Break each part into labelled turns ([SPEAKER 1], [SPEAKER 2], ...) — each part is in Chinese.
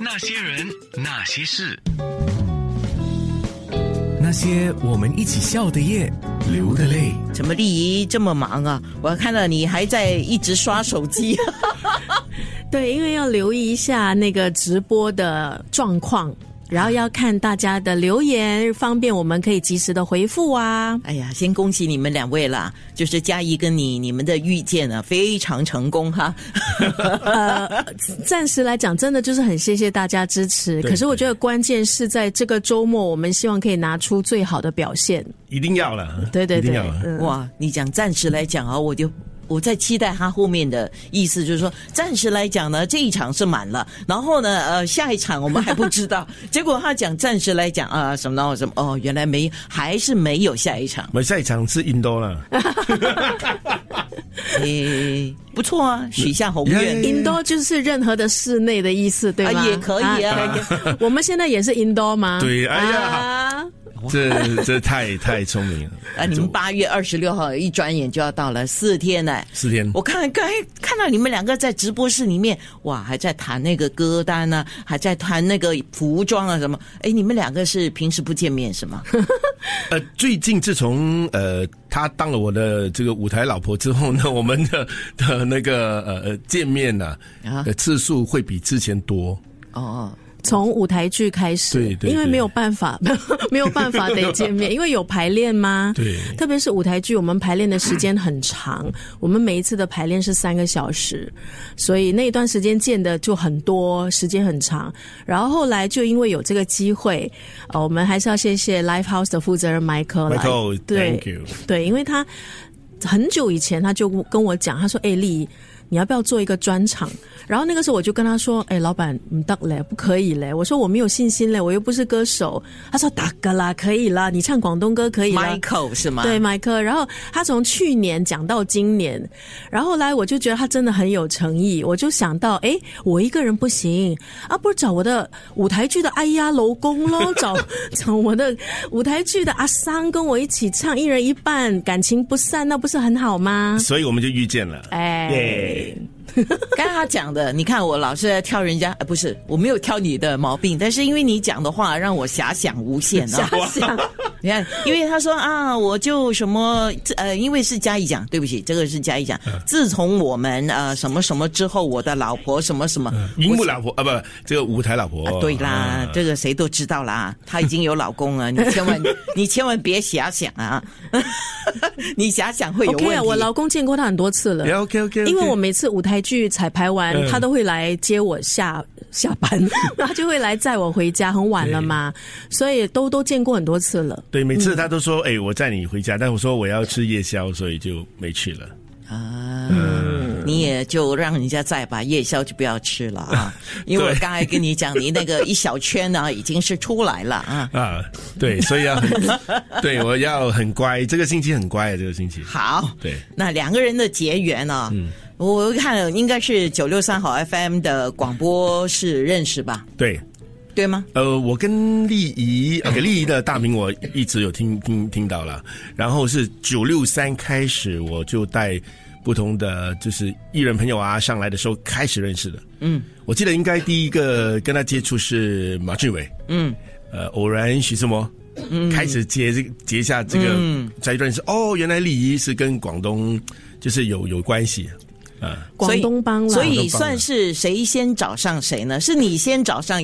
[SPEAKER 1] 那些人，那些事，
[SPEAKER 2] 那些我们一起笑的夜，流的泪。
[SPEAKER 3] 怎么丽姨这么忙啊？我看到你还在一直刷手机。
[SPEAKER 4] 对，因为要留意一下那个直播的状况，然后要看大家的留言，方便我们可以及时的回复啊。
[SPEAKER 3] 哎呀，先恭喜你们两位啦！就是嘉怡跟你，你们的遇见啊非常成功哈。
[SPEAKER 4] 呃，暂时来讲，真的就是很谢谢大家支持。可是我觉得关键是在这个周末，我们希望可以拿出最好的表现。
[SPEAKER 5] 一定要了，
[SPEAKER 4] 对对
[SPEAKER 5] 一定
[SPEAKER 4] 对
[SPEAKER 5] 要啊了，。
[SPEAKER 4] 嗯
[SPEAKER 3] 哇，你讲暂时来讲啊，我就。我在期待他后面的意思，就是说，暂时来讲呢，这一场是满了，然后呢，呃，下一场我们还不知 道。结果他讲暂时来讲啊、什么呢？什么哦，原来没，还是没有下一 场。
[SPEAKER 5] 我们下一场是印度了，
[SPEAKER 3] 诶，哎不错啊，许下宏愿
[SPEAKER 4] Indoor 就是任何的室内的意思，嗯对吧？
[SPEAKER 3] 啊也可以啊
[SPEAKER 4] 我们现在也是 Indoor 吗？
[SPEAKER 5] 对哎呀
[SPEAKER 4] 啊
[SPEAKER 5] 这这太太聪明了。
[SPEAKER 3] 啊！你们八月二十六号一转眼就要到了，四天呢。
[SPEAKER 5] 四天
[SPEAKER 3] 我看刚才看到你们两个在直播室里面，哇，还在谈那个歌单呢、还在谈那个服装啊什么。哎，你们两个是平时不见面是 吗？
[SPEAKER 5] 呃，最近自从呃她当了我的这个舞台老婆之后呢，我们的的那个呃呃见面呢、
[SPEAKER 3] 啊
[SPEAKER 5] 的次数会比之前多。
[SPEAKER 3] 哦哦，
[SPEAKER 4] 从舞台剧开始，
[SPEAKER 5] 对对
[SPEAKER 4] 因为
[SPEAKER 5] 对
[SPEAKER 4] 没有办法， 没有办法得见 面，因为有排练吗？
[SPEAKER 5] 对
[SPEAKER 4] 特别是舞台剧，我们排练的时间很长，我们每一次的排练是三个小时，所以那一段时间见的就很多，时间很长。然后后来就因为有这个机会，呃，我们还是要谢谢 Live House 的负责人 Michael 来
[SPEAKER 5] Michael，
[SPEAKER 4] 对
[SPEAKER 5] thank you
[SPEAKER 4] 对，因为他很久以前他就跟我讲，他说：“哎、丽。”你要不要做一个专场？然后那个时候我就跟他说：“哎，老板，唔得嘞，不可以嘞。”我说：“我没有信心嘞，我又不是歌手。”他说：“大哥啦，可以啦，你唱广东歌可以
[SPEAKER 5] 啊
[SPEAKER 4] 啦。”
[SPEAKER 3] Michael 是吗？
[SPEAKER 4] 对，麦克。然后他从去年讲到今年，然后后来我就觉得他真的很有诚意，我就想到，哎，我一个人不行啊，不如找我的舞台剧的哎呀楼公咯， 找找我的舞台剧的阿桑跟我一起唱，一人一半，感情不散，那不是很好吗？
[SPEAKER 3] 哎
[SPEAKER 5] 所以我们就遇见了。
[SPEAKER 4] 哎，
[SPEAKER 5] 耶
[SPEAKER 3] 刚才他讲的，你看我老是在挑人家，呃、不是我没有挑你的毛病，但是因为你讲的话让我遐想无限啊。
[SPEAKER 4] 遐想，
[SPEAKER 3] 你看，因为他说啊，我就什么呃，因为是嘉义讲，对不起，这个是嘉义讲。
[SPEAKER 5] 嗯
[SPEAKER 3] 自从我们呃什么什么之后，我的老婆什么什么，
[SPEAKER 5] 荧幕老婆啊，不，这个舞台老婆。
[SPEAKER 3] 啊，对啦，
[SPEAKER 5] 啊
[SPEAKER 3] 这个谁都知道啦，她已经有老公 了，你千万你千万别遐想啊， 你遐想会有问题。
[SPEAKER 4] OK 啊，我老公见过他很多次了。
[SPEAKER 5] 哎 OK，OK，OK
[SPEAKER 4] 因为我每次舞台剧彩排完，
[SPEAKER 5] 嗯
[SPEAKER 4] 他都会来接我下下 班，他就会来载我回家，很晚了嘛，所以都都见过很多次了。
[SPEAKER 5] 对，每次她都说：“哎、我载你回家。”但我说我要吃夜宵，所以就没去了。
[SPEAKER 3] 啊，你也就让人家再把夜宵就不要吃了啊，因为我
[SPEAKER 5] 对
[SPEAKER 3] 刚才跟你讲，你那个一小圈呢、已经是出来了啊。
[SPEAKER 5] 啊，对，所以要 很，对我要很乖。这个星期很乖，啊这个星期。
[SPEAKER 3] 好，
[SPEAKER 5] 对
[SPEAKER 3] 那两个人的结缘啊，
[SPEAKER 4] 嗯
[SPEAKER 3] 我看应该是九六三好 FM 的广播室认识吧，
[SPEAKER 5] 对，
[SPEAKER 3] 对吗？
[SPEAKER 5] 呃，我跟丽 怡，OK，丽怡的大名我一直有听听听到了。然后是九六三开始，我就带不同的就是艺人朋友啊上来的时候开始认识的。嗯，我记得应该第一个跟他接触是马俊伟。嗯，呃，偶然徐志摩。开始接这个结下这个，才认识哦，原来丽怡是跟广东就是有有关系，啊，
[SPEAKER 3] 所
[SPEAKER 4] 广
[SPEAKER 3] 以
[SPEAKER 4] 东帮啦，
[SPEAKER 3] 所以算是谁先找上谁呢？是你先找上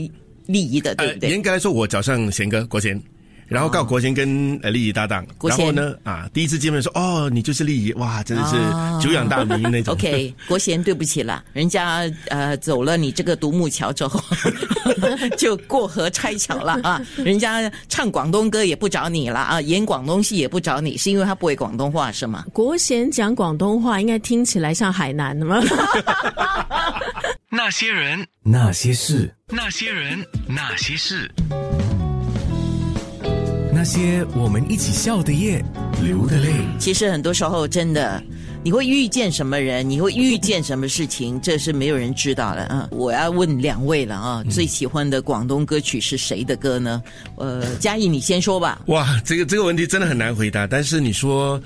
[SPEAKER 3] 丽怡的，对
[SPEAKER 5] 呃
[SPEAKER 3] 不，对？哦
[SPEAKER 5] 严格来说，我找上贤哥国贤，然后告国贤跟呃丽怡搭档，
[SPEAKER 3] 国
[SPEAKER 5] 然
[SPEAKER 3] 贤
[SPEAKER 5] 后呢啊，第一次见面说哦，你就是丽怡，哇，真的是久仰大名那
[SPEAKER 3] 哦
[SPEAKER 5] 种。
[SPEAKER 3] OK，国贤，对不起啦，人家呃走了你这个独木桥之后， 就过河拆桥了啊！人家唱广东歌也不找你了啊，演广东戏也不找你，是因为他不会广东话是吗？
[SPEAKER 4] 国贤讲广东话，应该听起来像海南的吗？
[SPEAKER 1] 那些人，
[SPEAKER 2] 那些事，
[SPEAKER 1] 那些人，那些事，
[SPEAKER 2] 那些我们一起笑的夜，流的泪。
[SPEAKER 3] 其实很多时候真的，你会遇见什么人，你会遇见什么事情，这是没有人知道的啊！我要问两位了啊，最喜欢的广东歌曲是谁的歌呢？呃，嘉义，你先说吧。
[SPEAKER 5] 哇，这个这个问题真的很难回答。但是你
[SPEAKER 3] 嗯
[SPEAKER 5] 说，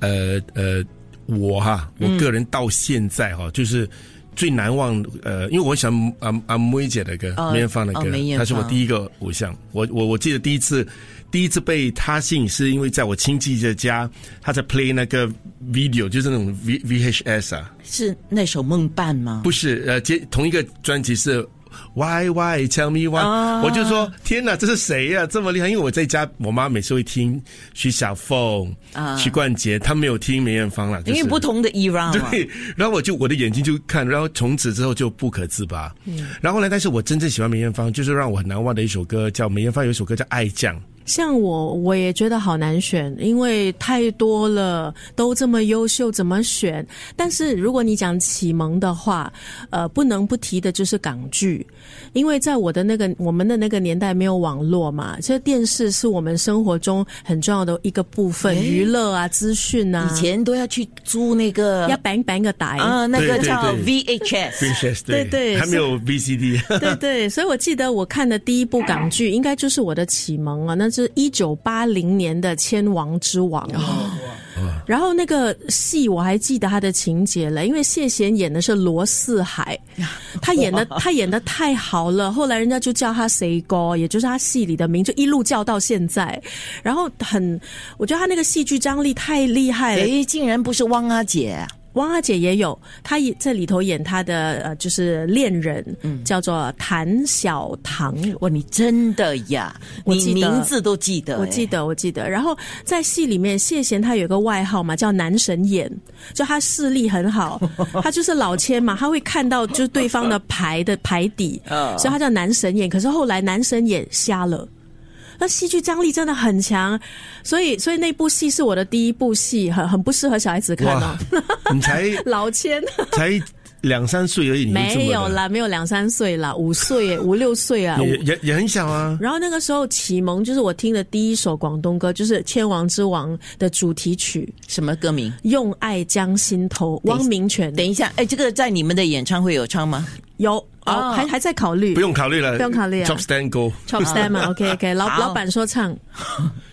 [SPEAKER 5] 呃呃，我哈，我个人到现在哈，就是最难忘呃，因为我喜欢阿阿梅姐的歌，
[SPEAKER 3] 哦
[SPEAKER 5] 梅艳芳的歌
[SPEAKER 3] 哦梅，艳芳
[SPEAKER 5] 她是我第一个偶像。我我我记得第一次第一次被她吸引，是因为在我亲戚的家，她在 play 那个 video，就是那种 V VHS 啊，
[SPEAKER 3] 是那首《梦伴》吗？
[SPEAKER 5] 不是呃，接同一个专辑是。Why Why Tell Me Why？、
[SPEAKER 3] 啊
[SPEAKER 5] 我就说天哪，这是谁呀、这么厉害！因为我在家，我妈每次会听徐小凤、
[SPEAKER 3] 啊
[SPEAKER 5] 许冠杰，她没有听梅艳芳啦，就是、
[SPEAKER 3] 因为不同的 era 嘛，
[SPEAKER 5] 对， 然后我就我的眼睛就看，然后从此之后就不可自拔。
[SPEAKER 3] 嗯
[SPEAKER 5] 然后呢，但是我真正喜欢梅艳芳，就是让我很难忘的一首歌，叫梅艳芳有一首歌叫《爱酱》。
[SPEAKER 4] 像我，我也觉得好难选，因为太多了，都这么优秀，怎么选？但是如果你讲启蒙的话，呃，不能不提的就是港剧，因为在我的那个我们的那个年代没有网络嘛，其实电视是我们生活中很重要的一个部分，娱乐啊，资讯啊，
[SPEAKER 3] 以前都要去租那个
[SPEAKER 4] 要 bang bang 个台
[SPEAKER 3] 啊，那个
[SPEAKER 5] 对对
[SPEAKER 3] 叫
[SPEAKER 5] 对
[SPEAKER 3] VHS，
[SPEAKER 5] VHS
[SPEAKER 4] 对对
[SPEAKER 5] 还没有 VCD。
[SPEAKER 4] 对对，所以我记得我看的第一部港剧，应该就是我的启蒙啊，那是一九八零年的《千王之王》。啊然后那个戏我还记得他的情节了，因为谢贤演的是罗四海，他演的他演的太好了，后来人家就叫他谁哥，也就是他戏里的名，就一路叫到现在。然后很，我觉得他那个戏剧张力太厉害了，
[SPEAKER 3] 哎，竟然不是汪阿姐啊，
[SPEAKER 4] 汪阿姐也有，她也在里头演她的呃，就是恋人，叫做谭小棠。
[SPEAKER 3] 哇，你真的呀，
[SPEAKER 4] 我
[SPEAKER 3] 你
[SPEAKER 4] 记得
[SPEAKER 3] 名字都记得，哎
[SPEAKER 4] 我记
[SPEAKER 3] 得。
[SPEAKER 4] 得，我记得。然后在戏里面，谢贤他有个外号嘛，叫“男神眼”，就他视力很好，他就是老千嘛，他会看到就是对方的牌的牌底，
[SPEAKER 3] 嗯
[SPEAKER 4] 所以他叫“男神眼”。可是后来“男神眼”瞎了。那戏剧张力真的很强，所以所以那部戏是我的第一部戏，很很不适合小孩子看哦
[SPEAKER 5] 哇。，你才
[SPEAKER 4] 老千，
[SPEAKER 5] 才两三岁而已，你就这么
[SPEAKER 4] 没有
[SPEAKER 5] 的，
[SPEAKER 4] 啦，没有两三岁啦， 五岁耶、五六岁啊。
[SPEAKER 5] 也
[SPEAKER 4] 五
[SPEAKER 5] 也也很小啊。
[SPEAKER 4] 然后那个时候启蒙就是我听的第一首广东歌，就是《千王之王》的主题曲
[SPEAKER 3] 什么歌名？
[SPEAKER 4] 《用爱将心头》，汪明荃
[SPEAKER 3] 等一下，哎，这个在你们的演唱会有唱吗？
[SPEAKER 4] 有
[SPEAKER 3] 哦
[SPEAKER 4] 哦，还还在考虑。
[SPEAKER 5] 不用考虑了，
[SPEAKER 4] 不用考虑啊
[SPEAKER 5] Top Stand Go，
[SPEAKER 4] Chop s t a m o k OK，老
[SPEAKER 3] 好
[SPEAKER 4] 老板说唱，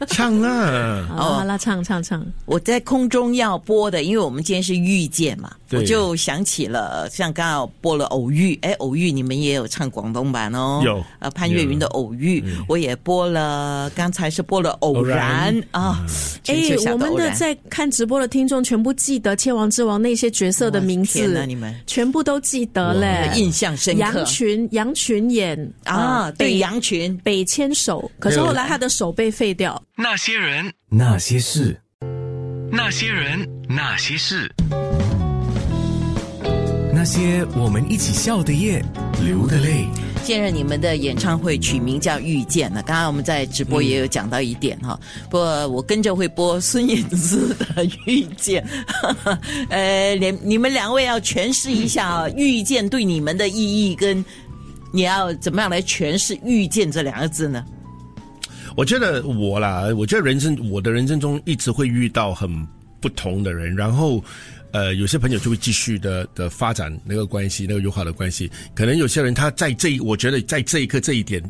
[SPEAKER 5] 唱啦。
[SPEAKER 4] 好啦好啦，唱唱唱，
[SPEAKER 3] 我在空中要播的，因为我们今天是遇见嘛，
[SPEAKER 5] 对
[SPEAKER 3] 我就想起了像刚刚播了《偶遇》，哎，《偶遇》你们也有唱广东版哦，
[SPEAKER 5] 有
[SPEAKER 3] 呃潘越云的《偶遇》，我也播了，刚才是播了《偶然》啊，陈秋霞
[SPEAKER 4] 嗯哎我们
[SPEAKER 3] 偶
[SPEAKER 4] 的
[SPEAKER 3] 然
[SPEAKER 4] 在看直播的听众全部记得《千王之王》那些角色的名
[SPEAKER 3] 哇天
[SPEAKER 4] 字
[SPEAKER 3] 哪你们
[SPEAKER 4] 全部都记得嘞，
[SPEAKER 3] 印象深刻
[SPEAKER 4] 杨群，杨群演
[SPEAKER 3] 啊，
[SPEAKER 4] 呃
[SPEAKER 3] 对
[SPEAKER 4] 被
[SPEAKER 3] 杨群，
[SPEAKER 4] 北牵手，可是后来他的手被废掉。
[SPEAKER 1] 那些人，
[SPEAKER 2] 那些事，
[SPEAKER 1] 那些人，那些事，
[SPEAKER 2] 那些我们一起笑的夜，流的泪。
[SPEAKER 3] 现任你们的演唱会取名叫《遇见》了，刚刚我们在直播也有讲到一点哈、不过我跟着会播孙燕姿的《遇见》， 呃，你你们两位要诠释一下啊，《遇见》对你们的意义跟。你要怎么样来诠释“遇见”这两个字呢？
[SPEAKER 5] 我觉得我啦，我觉得人生我的人生中一直会遇到很不同的人，然后。呃，有些朋友就会继续的的发展那个关系，那个友好的关系。可能有些人他在这一，我觉得在这一刻这一点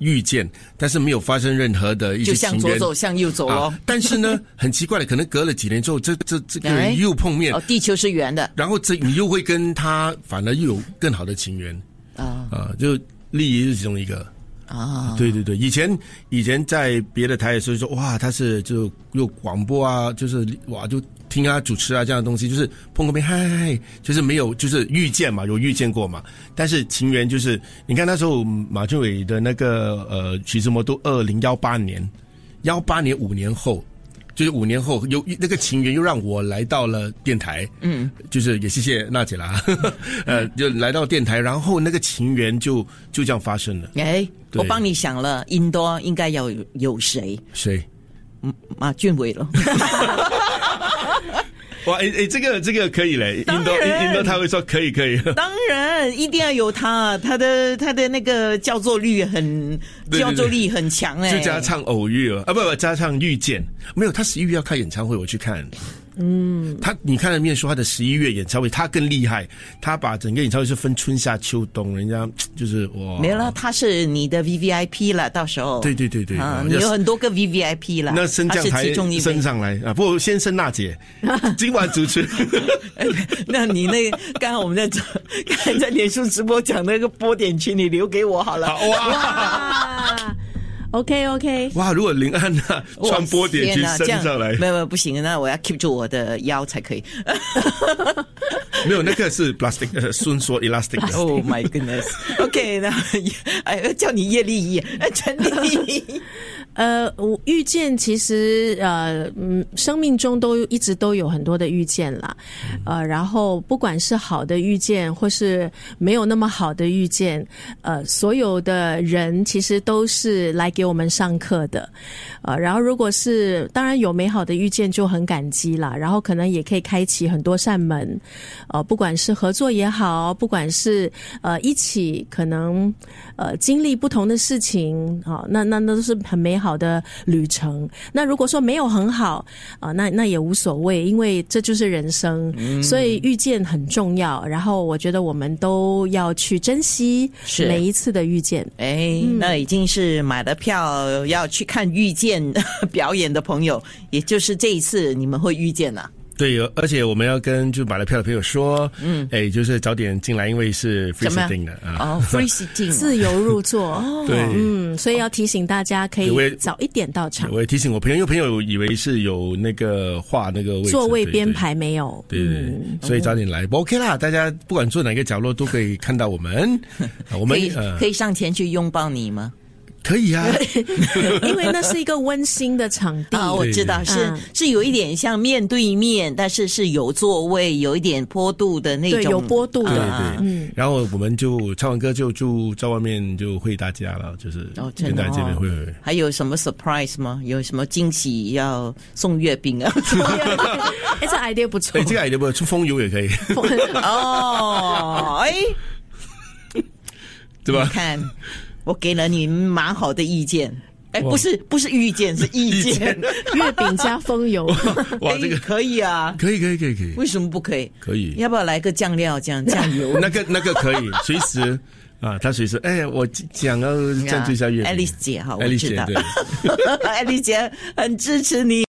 [SPEAKER 5] 遇见，但是没有发生任何的一些
[SPEAKER 3] 就
[SPEAKER 5] 情
[SPEAKER 3] 向左
[SPEAKER 5] 缘
[SPEAKER 3] 走，向右走哦咯
[SPEAKER 5] 啊。。但是呢，很奇怪的，可能隔了几年之后，这这这个
[SPEAKER 3] 哎
[SPEAKER 5] 人又碰面
[SPEAKER 3] 哦，，地球是圆的
[SPEAKER 5] 然后这你又会跟他反而又有更好的情缘
[SPEAKER 3] 啊
[SPEAKER 5] 啊、就利益是其中一个。
[SPEAKER 3] 啊！
[SPEAKER 5] 对对对，以前以前在别的台也是说，哇，他是就又广播啊，就是哇，就听啊主持啊这样的东西，就是碰个面，嗨嗨，嗨，就是没有就是遇见嘛，有遇见过嘛。但是情缘就是，你看那时候马俊伟的那个呃《徐志摩》都二零幺八年，幺八年五年后。就是五年后，又那个情缘又让我来到了电台，嗯，就是也谢谢娜姐啦， 呃，就来到电台，然后那个情缘就就这样发生了。
[SPEAKER 3] 哎，
[SPEAKER 5] 对
[SPEAKER 3] 我帮你想了，应多应该要有有谁？
[SPEAKER 5] 谁？
[SPEAKER 3] 马俊伟了。
[SPEAKER 5] 哇，诶诶，这个这个可以嘞，
[SPEAKER 3] 当
[SPEAKER 5] 印度
[SPEAKER 3] 然
[SPEAKER 5] 印度他会说可以可以，
[SPEAKER 3] 当然，一定要有他，他的他的那个叫座率很
[SPEAKER 5] 对对
[SPEAKER 3] 叫座力很强哎、
[SPEAKER 5] 啊就加唱偶遇了啊，不不加唱遇见，没有，他十一月要开演唱会，我去看，嗯，他你看得面说他的十一月演唱会，他更厉害，他把整个演唱会是分春夏秋冬，人家就是哇，
[SPEAKER 3] 没有啦，他是你的 V V I P 了，到时候
[SPEAKER 5] 对对对对
[SPEAKER 3] 啊
[SPEAKER 5] 啊，
[SPEAKER 3] 你有
[SPEAKER 5] 要是
[SPEAKER 3] 很多个 V V I P 了，
[SPEAKER 5] 那升
[SPEAKER 3] 他
[SPEAKER 5] 降
[SPEAKER 3] 是
[SPEAKER 5] 台
[SPEAKER 3] 其中一位
[SPEAKER 5] 升。上来啊！不过先升娜姐，今晚主持
[SPEAKER 3] 那你那个刚才我们在这 刚才在脸书直播讲那个波点群，你留给我好了。
[SPEAKER 5] 好哇
[SPEAKER 4] 啊，OK OK，
[SPEAKER 5] 哇！如果林安娜
[SPEAKER 3] 哇
[SPEAKER 5] 传播点去
[SPEAKER 3] 天哪
[SPEAKER 5] 升
[SPEAKER 3] 这样
[SPEAKER 5] 上来，
[SPEAKER 3] 没有没有不行，啊那我要 keep 住我的腰才 可以。
[SPEAKER 5] 没有那个是 plastic 呃伸缩 elastic 的。
[SPEAKER 3] Oh my goodness！OK，、那 哎，叫你叶丽仪，哎陈 丽仪。
[SPEAKER 4] 呃，我遇见其实呃，嗯，生命中都一直都有很多的遇见啦，呃，然后不管是好的遇见，或是没有那么好的遇见，呃，所有的人其实都是来给我们上课的，呃，然后如果是当然有美好的遇见就很感激啦，然后可能也可以开启很多扇门，呃，不管是合作也好，不管是呃一起可能呃经历不同的事情啊、那那那都是很美好的旅程。那如果说没有很好啊、那那也无所谓，因为这就是人生，
[SPEAKER 5] 嗯
[SPEAKER 4] 所以遇见很重要。然后我觉得我们都要去珍惜
[SPEAKER 3] 是
[SPEAKER 4] 每一次的遇见。
[SPEAKER 3] 哎，那已经是买了票要去看遇见呃表演的朋友，也就是这一次你们会遇见啊了。
[SPEAKER 5] 对，有而且我们要跟就买了票的朋友说，嗯，哎，就是早点进来，因为是 free
[SPEAKER 3] 怎么
[SPEAKER 5] sitting 的啊。
[SPEAKER 3] 哦，free sitting，
[SPEAKER 4] 自由入座，
[SPEAKER 5] 对，
[SPEAKER 4] 嗯，所以要提醒大家可
[SPEAKER 5] 因为
[SPEAKER 4] 以早一点到场，
[SPEAKER 5] 我也提醒我朋友，因为朋友以为是有那个画那个位置
[SPEAKER 4] 座位
[SPEAKER 5] 对
[SPEAKER 4] 编
[SPEAKER 5] 对
[SPEAKER 4] 排没有，
[SPEAKER 5] 对对，
[SPEAKER 3] 嗯
[SPEAKER 5] 所以早点来、o k 啦，大家不管坐哪个角落都可以看到 我们，啊我
[SPEAKER 3] 可
[SPEAKER 5] 们
[SPEAKER 3] 以
[SPEAKER 5] 呃
[SPEAKER 3] 可以上前去拥抱你吗？
[SPEAKER 5] 可以啊，
[SPEAKER 4] 因为那是一个温馨的场地。
[SPEAKER 3] 啊，我
[SPEAKER 5] 对
[SPEAKER 3] 知道是
[SPEAKER 4] 嗯
[SPEAKER 3] 是有一点像面对面，但是是有座位、有一点坡度的那种，
[SPEAKER 4] 对，有坡度
[SPEAKER 5] 对
[SPEAKER 4] 的，
[SPEAKER 5] 对，嗯，然后我们就唱完歌就就在外面就会大家了，就是
[SPEAKER 3] 哦，真
[SPEAKER 5] 跟
[SPEAKER 3] 的
[SPEAKER 5] 大家见面
[SPEAKER 3] 哦
[SPEAKER 5] 会会。会
[SPEAKER 3] 还有什么 surprise 吗？有什么惊喜要送月饼啊？
[SPEAKER 4] 哎，这 idea 不错
[SPEAKER 5] 哎，。这个 idea 不出风油 也可以，
[SPEAKER 3] 哦，哎，
[SPEAKER 5] 对吧？
[SPEAKER 3] 看，我给了你蛮好的意见。哎，不是不是意见，是意
[SPEAKER 5] 意
[SPEAKER 3] 见
[SPEAKER 5] 见。
[SPEAKER 4] 月饼加风油，
[SPEAKER 5] 哇，
[SPEAKER 3] 哎
[SPEAKER 5] 这个
[SPEAKER 3] 可以啊，
[SPEAKER 5] 可以，可以，可以，可以，
[SPEAKER 3] 为什么不可以？
[SPEAKER 5] 可以
[SPEAKER 3] 要不要来个酱料酱酱油？
[SPEAKER 5] 那个那个可以，随时啊，他随时哎，我 想要占据一下月饼。
[SPEAKER 3] Alice 姐哈，我
[SPEAKER 5] Alice
[SPEAKER 3] 知
[SPEAKER 5] 姐
[SPEAKER 3] 道
[SPEAKER 5] 对。
[SPEAKER 3] ，Alice 姐很支持你。